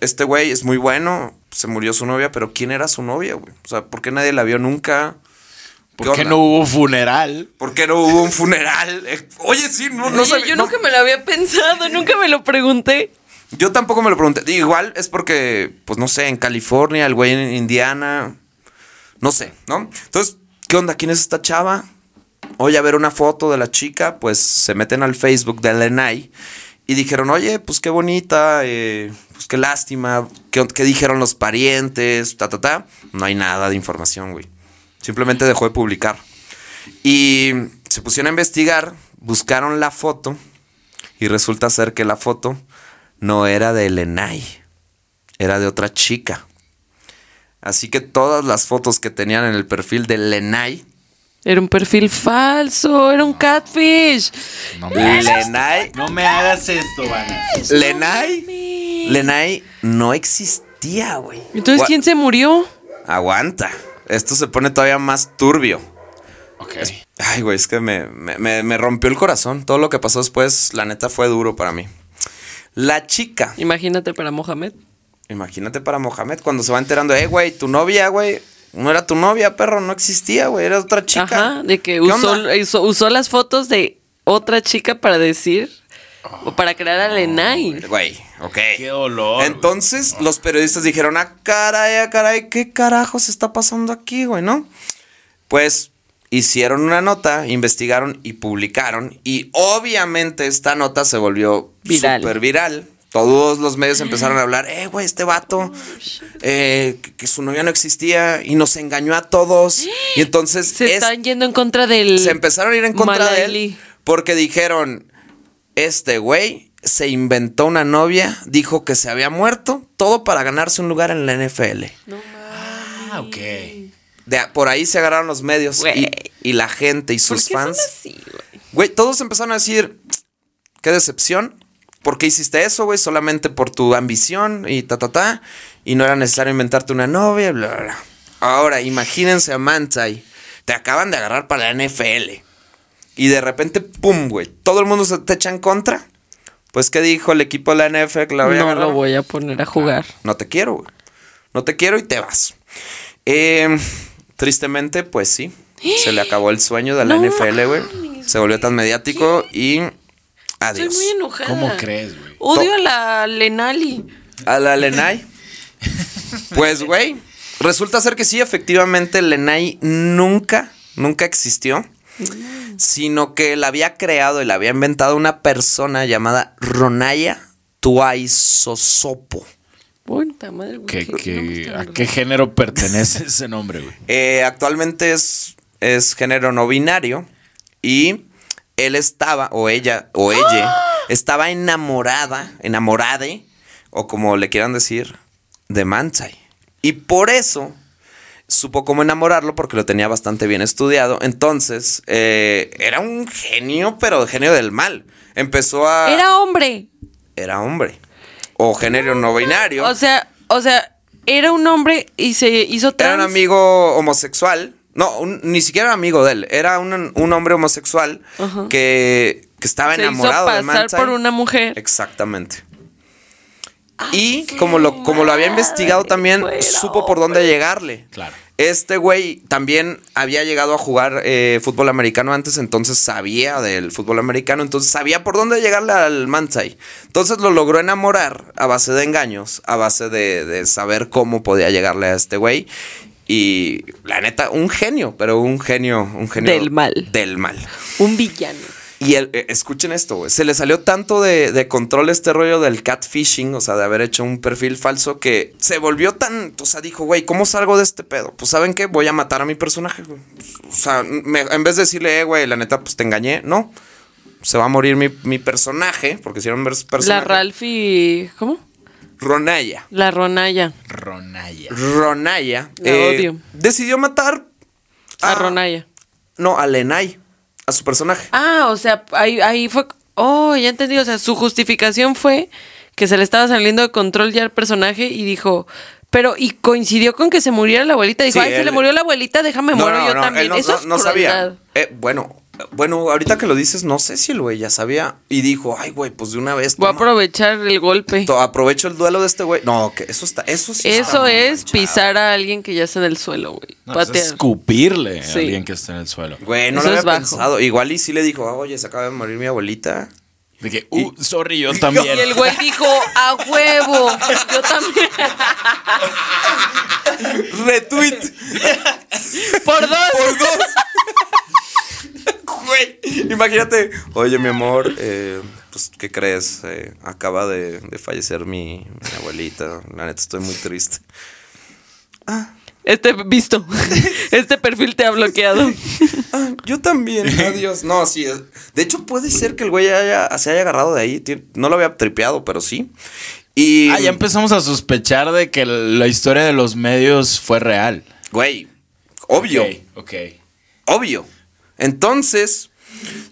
este güey es muy bueno, se murió su novia, pero ¿quién era su novia, güey? O sea, ¿por qué nadie la vio nunca?
¿Por qué
onda?
no hubo funeral?
¿Por qué no hubo un funeral? Eh, Oye, sí, no, no
Oye,
sabía-
yo
no-
nunca me lo había pensado, nunca me lo pregunté.
Yo tampoco me lo pregunté. Digo, Igual es porque, pues no sé, en California, el güey en Indiana. No sé, ¿no? Entonces, ¿qué onda? ¿Quién es esta chava? Oye, a ver una foto de la chica, pues se meten al Facebook de Lenay y dijeron, oye, pues qué bonita, eh, pues qué lástima, ¿Qué, on- qué dijeron los parientes, ta, ta, ta. No hay nada de información, güey. Simplemente dejó de publicar. Y se pusieron a investigar, buscaron la foto y resulta ser que la foto no era de Lenay, era de otra chica. Así que todas las fotos que tenían en el perfil de Lenay,
Era un perfil falso, era un catfish.
No
Lenay,
No me hagas esto, Vanas.
Lenay, Lenay no existía, güey.
Entonces,
Gua-
¿quién se murió?
Aguanta, esto se pone todavía más turbio.
Ok.
Ay, güey, es que me, me- me- me rompió el corazón. Todo lo que pasó después, la neta, fue duro para mí. La chica
Imagínate para Mohamed.
Imagínate para Mohamed cuando se va enterando, eh, güey, tu novia, güey, no era tu novia, perro, no existía, güey, era otra chica.
Ajá, de
¿Qué
que usó,
onda?
hizo- usó las fotos de otra chica para decir o para crear a Lenay.
Güey, ok.
Qué dolor,
Entonces los periodistas dijeron, ah, caray, ah, caray, ¿qué carajo se está pasando aquí, güey, no? Pues hicieron una nota, investigaron y publicaron. Y obviamente esta nota se volvió
Viral.
súper viral. Todos los medios empezaron a hablar, eh, güey, este
Oh,
vato, eh, que, que su novia no existía y nos engañó a todos. Y entonces
Se
es-
están yendo en contra del.
se empezaron a ir en contra de él
Malayli.
porque dijeron, este güey se inventó una novia, dijo que se había muerto, todo para ganarse un lugar en la NFL.
Ah, ok.
De- por ahí se agarraron los medios y,
Güey.
y la gente y
¿Por
sus
qué son
fans.
así, güey?
Güey, todos empezaron a decir, qué decepción. ¿Por qué hiciste eso, güey? Solamente por tu ambición y ta, ta, ta. Y no era necesario inventarte una novia, bla, bla, bla. Ahora, imagínense a Mantai. Te acaban de agarrar para la NFL. Y de repente, pum, güey. Todo el mundo se te echa en contra. Pues, ¿qué dijo el equipo de la NFL? que la había
No
agarrado?
lo voy a poner a jugar.
No te quiero, güey. No te quiero y te vas. Eh, tristemente, pues sí. Se le acabó el sueño de la
No
NFL, güey. Se volvió tan mediático y.
Estoy
Adiós.
muy enojada.
¿Cómo crees, güey?
Odio a la Lenali.
A la Lenay. Pues, güey. Resulta ser que sí, efectivamente, Lenay nunca, nunca existió. Sino que la había creado y la había inventado una persona llamada Ronaya Tuaisosopo.
Puta madre, güey.
¿Qué,
¿qué- qué no me
qué,
gusta
a
la
qué género pertenece ese nombre, güey?
Eh, actualmente es, es género no binario y él estaba, o ella, o ella,
¡Ah!
estaba enamorada, enamorade, o como le quieran decir, de Mansai. Y por eso supo cómo enamorarlo porque lo tenía bastante bien estudiado. Entonces, eh, era un genio, pero genio del mal. Empezó a...
Era hombre.
era hombre. O género no binario.
O sea, o sea, era un hombre y se hizo trans.
Era un amigo homosexual. No, un- ni siquiera era amigo de él. Era un, un hombre homosexual
Ajá.
que, que estaba
Se hizo
enamorado de
pasar
Manstein.
por una mujer.
Exactamente. Y como lo, como lo había investigado también,
fuera
supo por dónde llegarle.
Claro.
Este güey también había llegado a jugar eh, fútbol americano antes, entonces sabía del fútbol americano, entonces sabía por dónde llegarle al Mansai. Entonces lo logró enamorar a base de engaños, a base de, de saber cómo podía llegarle a este güey. Y la neta, un genio, pero un genio, un genio.
Del mal.
Del mal.
Un villano.
Y el- eh, escuchen esto, güey. Se le salió tanto de, de control este rollo del catfishing, o sea, de haber hecho un perfil falso, que se volvió tan. O sea, dijo, güey, ¿cómo salgo de este pedo? Pues, ¿saben qué? Voy a matar a mi personaje, güey. O sea, me- en vez de decirle, eh, güey, la neta, pues te engañé, no. Se va a morir mi, mi personaje, porque hicieron ver
La
personaje.
Ralphie. ¿Cómo?
Ronaya.
La Ronaya.
Ronaya.
Ronaya. eh,
La odio.
Decidió matar Ah.
A Ronaya.
No, a Lenai, a su personaje.
Ah, o sea, ahí, ahí fue. Oh, ya entendí. O sea, su justificación fue que se le estaba saliendo de control ya al personaje y dijo. Pero, y coincidió con que se muriera la abuelita. Dijo,
Sí,
ay, se
él-
le murió la abuelita, déjame muero yo también.
él no,
Eso
no-
es
no sabía.
crueldad.
Eh, bueno, eh, bueno, ahorita que lo dices, no sé si el güey ya sabía. Y dijo, ay, güey, pues de una vez.
Voy a
toma,
aprovechar el golpe.
to- aprovecho el duelo de este güey. No, que eso está, eso sí. está
Eso
muy
es
manchado.
pisar a alguien que yace en el suelo, güey.
No, pues es
Patear.
escupirle
Sí.
a alguien que está en el suelo.
Güey, no
Eso
lo
es
había
bajo.
pensado. Igual y sí le dijo, ah, oye, se acaba de morir mi abuelita.
De que, uh, sorry, yo también.
Y el güey dijo, a huevo. Yo también.
Retweet
Por dos.
por dos. Güey, imagínate, oye, mi amor, eh, pues, ¿qué crees? Eh, acaba de, de fallecer mi, mi abuelita. La neta, estoy muy triste.
Este visto. Este perfil te ha bloqueado.
Ah, yo también, adiós. No, sí. es- De hecho, puede ser que el güey haya- se haya agarrado de ahí. Tien- No lo había tripeado, pero sí. Y.
Ah, ya empezamos a sospechar de que la historia de los medios fue real.
Güey, obvio,
Ok.
obvio. Entonces,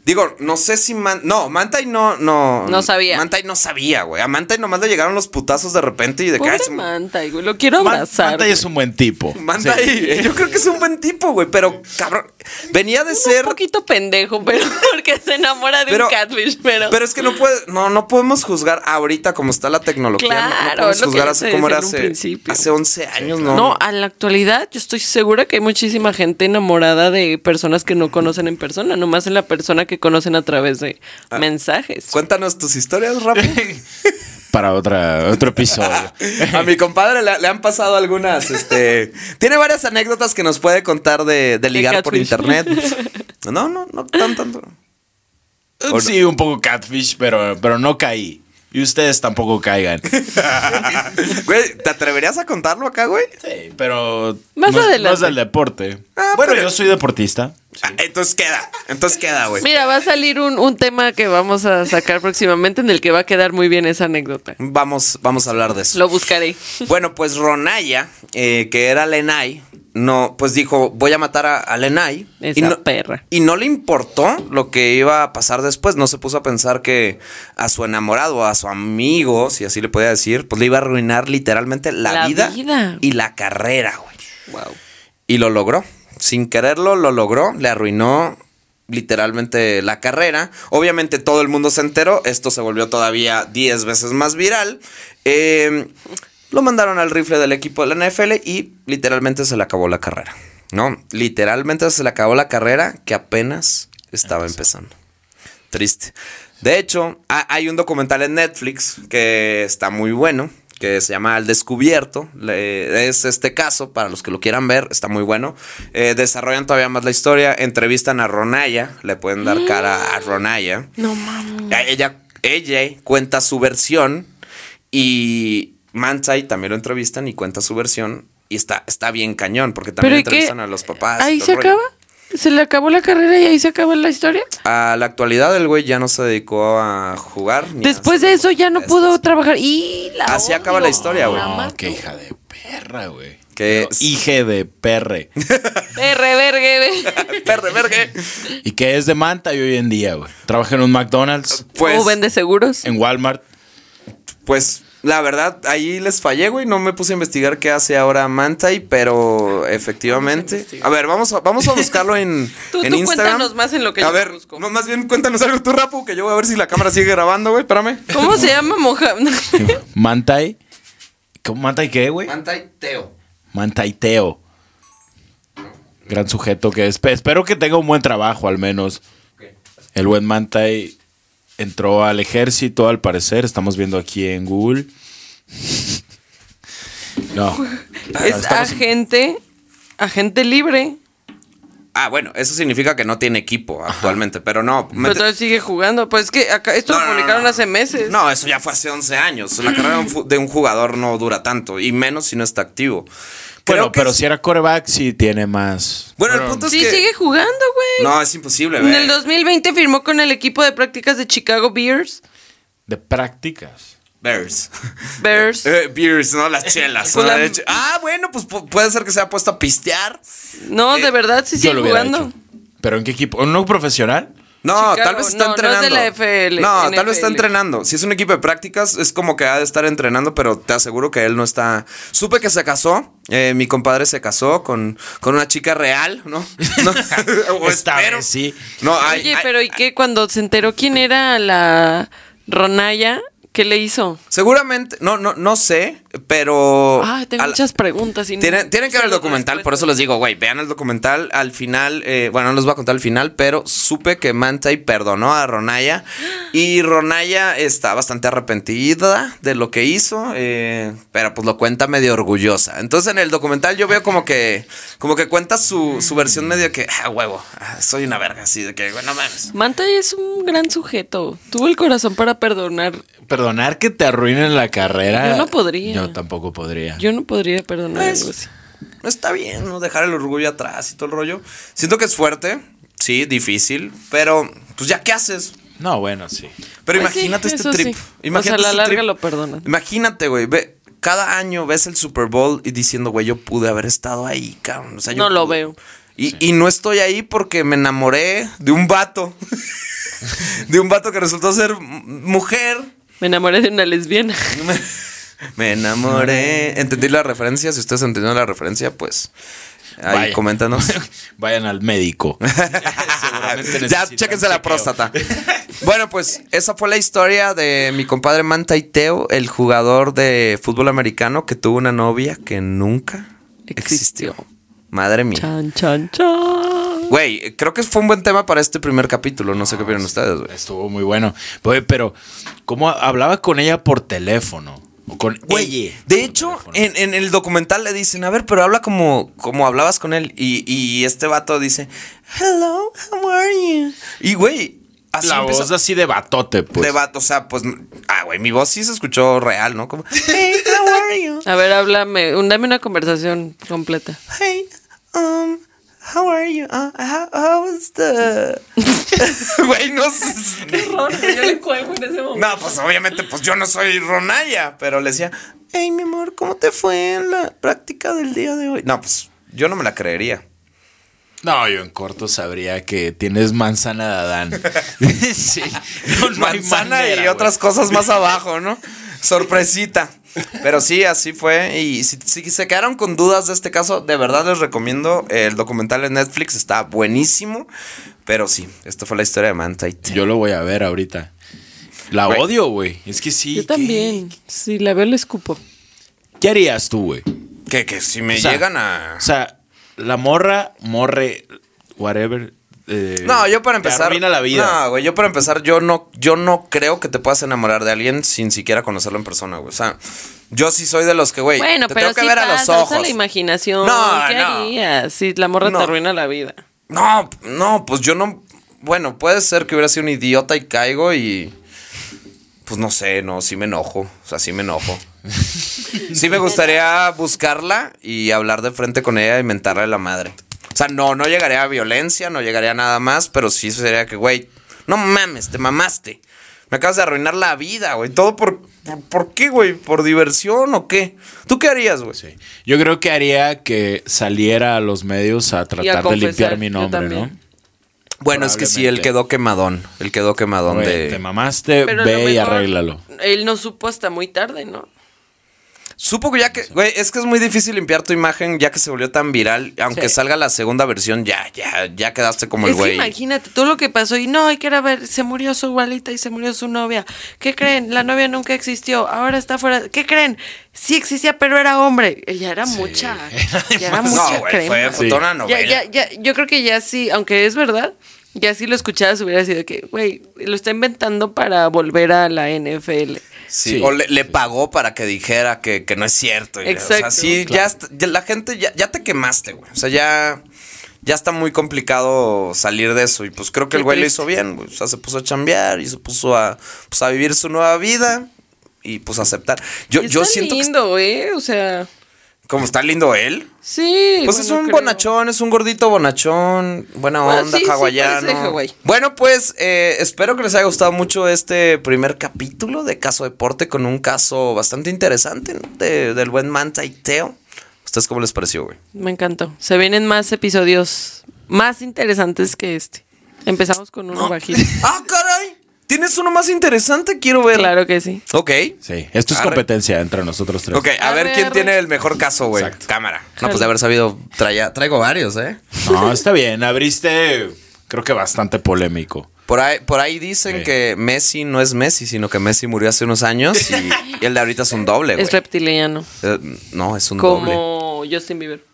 digo, no sé si. Man- no, Mantai no, no.
No sabía.
Mantai no sabía, güey. A Mantai nomás le llegaron los putazos de repente y de que. ay,
Pobre
se-
Manta, güey. Lo quiero
Man-
abrazar.
Manta es un buen tipo.
Mantai,
Sí.
yo creo que es un buen tipo, güey, pero cabrón. Venía de ser.
un poquito pendejo, pero porque se enamora de
Pero-
un catfish, pero.
Pero es que no puede, no, no podemos juzgar ahorita como está la tecnología. no- no,
Claro,
podemos
es lo que
juzgar
yo
hace
te
como era
decía en un
hace,
principio.
hace 11 años, ¿no?
no, a la actualidad yo estoy segura que hay muchísima gente enamorada de personas que no conocen en persona, nomás en la persona que conocen a través de
Ah,
mensajes.
Cuéntanos tus historias, rápido.
Para otra, otro episodio.
a mi compadre le, le han pasado algunas, este... Tiene varias anécdotas que nos puede contar de, de ligar por
catfish.
internet. No, no, no tan tanto. ¿O
sí, un poco catfish, pero, pero no caí. Y ustedes tampoco caigan.
Güey, ¿te atreverías a contarlo acá, güey?
Sí, pero
Más
no es-
adelante.
no es del deporte.
Ah,
bueno,
pero-
yo soy deportista.
Ah, entonces queda, entonces queda, güey.
Mira, va a salir un, un tema que vamos a sacar próximamente en el que va a quedar muy bien esa anécdota.
Vamos, vamos a hablar de eso.
Lo buscaré.
Bueno, pues Ronaya, eh, que era Lenai, no, pues dijo, voy a matar a, a Lenai.
Esa
no,
perra.
Y no le importó lo que iba a pasar después. No se puso a pensar que a su enamorado, a su amigo, si así le podía decir, pues le iba a arruinar literalmente la,
La
vida,
vida.
y la carrera, güey.
Wow.
Y lo logró. Sin quererlo, lo logró. Le arruinó literalmente la carrera. Obviamente todo el mundo se enteró. Esto se volvió todavía 10 veces más viral. Eh, lo mandaron al rifle del equipo de la NFL y literalmente se le acabó la carrera. No, literalmente se le acabó la carrera que apenas estaba empezando. Triste. De hecho, ha- hay un documental en Netflix que está muy bueno, que se llama Al Descubierto. Le- es este caso, para los que lo quieran ver, está muy bueno. Eh, desarrollan todavía más la historia, entrevistan a Ronaya, le pueden dar cara a Ronaya.
No mames.
A Ella, ella cuenta su versión y Mantai también lo entrevistan y cuenta su versión. Y está, está bien cañón, porque también
¿y
entrevistan
qué?
a los papás. y
¿Ahí
todo
se
el rollo.
acaba? ¿Se le acabó la carrera y ahí se acaba la historia?
A la actualidad el güey ya no se dedicó a jugar. ni a
Después
hacer
de eso ya no
estas.
pudo trabajar. Y la
Así Ah, acaba la historia, güey.
Ah,
Ah,
No, qué hija de perra, güey.
Que
Pero
es-
Hije Eh, de perre.
Perre, vergue, ve.
Verde, vergue.
¿Y qué es de Manta y hoy en día, güey? Trabaja en un McDonald's,
Pues,
¿O vende seguros?
en Walmart.
pues la verdad, ahí les fallé, güey. No me puse a investigar qué hace ahora Mantai, pero efectivamente. A ver, vamos a, vamos a buscarlo en,
Tú-
en
tú
Instagram.
cuéntanos más en lo que
A
yo
ver,
busco.
no, más bien cuéntanos algo tú, Rapu, que yo voy a ver si la cámara sigue grabando, güey. Espérame.
¿Cómo se llama Mohamed?
Mantai. ¿Cómo Mantai qué, güey?
Mantai Teo.
Mantaiteo. Gran sujeto que es. Pe- Espero que tenga un buen trabajo, al menos. El buen Mantai entró al ejército, al parecer. Estamos viendo aquí en Google. No.
Es
Estamos-
agente, agente libre.
Ah, bueno, eso significa que no tiene equipo actualmente, pero no.
Pero
mete-
todavía sigue jugando. Pues es que acá, esto
No,
lo
no, no,
publicaron
no.
hace meses.
No, eso ya fue hace 11 años. La carrera de un fu- de un jugador no dura tanto, y menos si no está activo. Creo
Bueno,
que
pero
es-
si era coreback, sí tiene más.
Bueno, el punto es
sí,
que.
sigue jugando, güey.
No, es imposible,
en el
ve.
2020 firmó con el equipo de prácticas de Chicago Bears.
De prácticas.
Bears.
Bears.
Eh, beers, no las chelas.
Pues
¿no?
la-
De hecho- Ah, bueno, pues pu- puede ser que se haya puesto a pistear. Eh,
No, de verdad, sí
Yo
sigue
lo hubiera
jugando.
hecho. ¿Pero en qué equipo? ¿En ¿Un profesional?
No,
Chicago,
tal vez está
no, no es de
entrenando.
la FL,
No, tal vez está
NFL.
entrenando. Si es un equipo de prácticas, es como que ha de estar entrenando, pero te aseguro que él no está. Supe que se casó. eh, mi compadre se casó con, con una chica real, ¿no? no Eh, o
Esta
espero.
vez sí.
No, hay-
Oye,
hay-
pero ¿y qué? Cuando se enteró quién era la Ronaya, ¿qué le hizo?
Seguramente, no, no, no sé, pero.
Ah, tengo
a la-
muchas preguntas. y no-
Tienen, tienen que ver el
solo
documental, por
respuestas.
eso les digo, güey, vean el documental. Al final, eh, bueno, no les voy a contar el final, pero supe que Mantai perdonó a Ronaya. Y Ronaya está bastante arrepentida de lo que hizo, eh, pero pues lo cuenta medio orgullosa. Entonces en el documental yo veo como que, como que cuenta su, su versión medio que, ah, huevo, ah, soy una verga, así de que, güey, no mames.
Manta es un gran sujeto. Tuvo el corazón para perdonar.
Perdonar que te arruinen la carrera.
Yo no podría.
Yo tampoco podría.
Yo no podría perdonar
Pues,
algo así.
No está bien, ¿no? Dejar el orgullo atrás y todo el rollo. Siento que es fuerte, sí, difícil, pero pues ya, ¿qué haces?
No, bueno, sí.
Pero
Pues sí,
imagínate
eso
este trip.
sí.
Imagínate
O sea, a
este
la larga
trip.
lo perdonan.
Imagínate, güey. ve- Cada año ves el Super Bowl y diciendo, güey, yo pude haber estado ahí, cabrón. O sea, yo
No lo
pude-
veo.
Y, y no estoy ahí porque me enamoré de un vato. de un vato que resultó ser m- mujer.
Me enamoré de una lesbiana.
Me, me enamoré. Entendí la referencia. Si ustedes entendieron la referencia, pues ahí
Vaya.
coméntanos.
Vayan al médico.
Ah, ya, chéquense la próstata. bueno, pues esa fue la historia de mi compadre Manta Teo, el jugador de fútbol americano que tuvo una novia que nunca existió.
Existió.
Madre mía.
Chan, chan, chan.
Güey, creo que fue un buen tema para este primer capítulo. No sé qué opinan ustedes, güey.
Estuvo muy bueno. Oye, pero, ¿cómo hablaba con ella por teléfono? O con
Güey,
ella.
de
por
hecho, eh,
teléfono.
en, en el documental le dicen, a ver, pero habla como, como hablabas con él. Y, y este vato dice, hello, how are you? Y, güey, así
la
empieza-
voz así de batote, pues.
de vato, o sea, pues, ah, güey, mi voz sí se escuchó real, ¿no? Como, hey, how are you?
A ver, háblame. un- Dame una conversación completa.
Hey, um, how are you? Uh, how, how was the... Güey, no... s-
Yo le cuelgo en ese momento.
No, pues obviamente, pues yo no soy Ronaya, pero le decía, hey, mi amor, ¿cómo te fue en la práctica del día de hoy? No, pues yo no me la creería.
No, yo en corto sabría que tienes manzana de Adán. sí. No, no hay
Manzana
manera,
y
güey.
otras cosas más abajo, ¿no? Sorpresita. Pero sí, así fue. Y si, si se quedaron con dudas de este caso, de verdad les recomiendo el documental en Netflix. Está buenísimo. Pero sí, esta fue la historia de Manta. y-
Yo lo voy a ver ahorita. La
Güey.
odio, güey. Es que sí.
Yo
¿qué-
también. Si la veo, le escupo.
¿Qué harías tú, güey?
Que, que si me
O sea,
llegan a...
O sea, la morra, morre, whatever. eh,
No, yo para
te
empezar.
arruina la vida.
No, güey, yo para empezar, yo no, yo no creo que te puedas enamorar de alguien sin siquiera conocerlo en persona, güey. O sea, yo sí soy de los que, güey,
Bueno,
te
pero
tengo que
sí
ver a
pasa,
los
usa
ojos.
la imaginación.
No,
¿Qué
no.
harías si la morra
No.
te arruina la vida?
No, no, pues yo no. Bueno, puede ser que hubiera sido un idiota y caigo y. Pues no sé, no, sí me enojo. O sea, sí me enojo. Sí me gustaría buscarla y hablar de frente con ella y mentarle la madre. O sea, no, no llegaría a violencia, no llegaría a nada más, pero sí sería que, güey, no mames, te mamaste. Me acabas de arruinar la vida, güey. Todo por. ¿Por, por qué, güey? ¿Por diversión o qué? ¿Tú qué harías, güey?
Sí. Yo creo que haría que saliera a los medios a tratar de
confesar,
limpiar mi
yo
nombre, ¿no?
también.
Bueno, es que sí, él
Probablemente.
quedó quemadón. Él quedó quemadón
Güey,
de.
Te mamaste,
Pero a lo
ve y
mejor
arréglalo.
Él no supo hasta muy tarde, ¿no?
Supo que ya que, güey, es que es muy difícil limpiar tu imagen ya que se volvió tan viral. Aunque
Sí.
salga la segunda versión, ya, ya, ya quedaste como el
Es que
güey.
imagínate todo lo que pasó y no, hay que ir a ver, se murió su abuelita y se murió su novia. ¿Qué creen? La novia nunca existió, ahora está fuera. ¿Qué creen? Sí existía, pero era hombre. Eh, Ya era mucha, ya era mucha
No, güey,
crema.
fue, fue
Sí.
toda una
Ya,
novela.
ya, ya, yo creo que ya sí, aunque es verdad, ya si lo escuchabas hubiera sido que, güey, lo está inventando para volver a la NFL.
Sí,
Sí,
o le, le pagó para que dijera que, que no es cierto. y- O sea,
Exacto.
sí, ya está- ya, la gente ya, ya te quemaste, güey. O sea, ya, ya está muy complicado salir de eso. Y pues creo que
Qué
el güey lo
triste.
hizo bien, güey. O sea, se puso a chambear y se puso a, pues, a vivir su nueva vida y pues aceptar. Yo,
Y
yo
está
siento que
lindo, ¿eh? O sea,
est- como está lindo él.
sí.
Pues es
bueno,
un
creo.
bonachón, es un gordito bonachón, buena
Bueno,
onda,
sí, sí,
hawaiano.
parece de Hawái.
bueno, pues eh, espero que les haya gustado mucho este primer capítulo de Caso Deporte con un caso bastante interesante ¿no? de, del buen Manta y Teo. ¿Ustedes cómo les pareció, güey?
Me encantó. Se vienen más episodios más interesantes que este. Empezamos con uno bajito.
¡Ah, caray! ¿Tienes uno más interesante? Quiero ver.
Claro que sí.
Ok.
Sí, esto es
Arre.
competencia entre nosotros tres.
Ok, a ver
Arre,
quién
arre.
tiene el mejor caso, güey.
Exacto.
Cámara. No, pues de haber sabido, traía- traigo varios, ¿eh?
No, está bien. Abriste, creo que bastante polémico.
Por ahí, por ahí dicen
Sí.
que Messi no es Messi, sino que Messi murió hace unos años y, y el de ahorita es un doble, güey.
Es reptiliano.
Eh, no, es un doble.
Como Justin Bieber.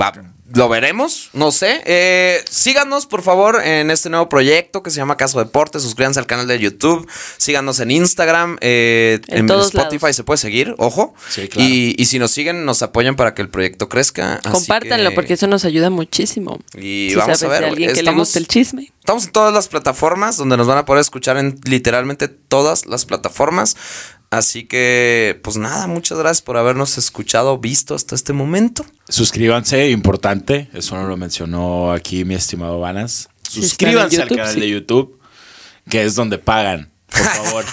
Va, lo veremos, no sé. Eh, síganos, por favor, en este nuevo proyecto que se llama Caso Deporte. Suscríbanse al canal de YouTube. Síganos en Instagram. eh,
En
en
todos
Spotify
lados.
se puede seguir, ojo.
Sí, claro.
y, y si nos siguen, nos apoyan para que el proyecto crezca. así
Compártanlo
que-
porque eso nos ayuda muchísimo.
Y vamos
sabes
a ver,
de
güey,
alguien que le
estamos-
guste el chisme.
Estamos en todas las plataformas donde nos van a poder escuchar en literalmente todas las plataformas. Así que, pues nada, muchas gracias por habernos escuchado, visto hasta este momento.
Suscríbanse, importante. Eso no lo mencionó aquí mi estimado Vanas.
están en
Suscríbanse al
YouTube,
canal
sí.
de YouTube, que es donde pagan. Por favor.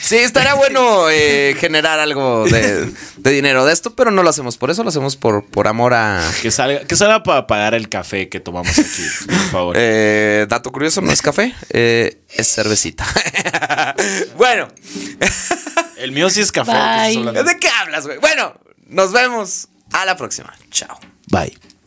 Sí, estaría bueno eh, generar algo de, de dinero de esto, pero no lo hacemos por eso, lo hacemos por, por amor a...
que salga, que salga para pagar el café que tomamos aquí, por favor.
Eh, dato curioso, no es café, eh, es cervecita. bueno,
el mío sí es café.
Bye.
que estás hablando.
¿de qué hablas, güey? Bueno, nos vemos a la próxima. Chao.
Bye.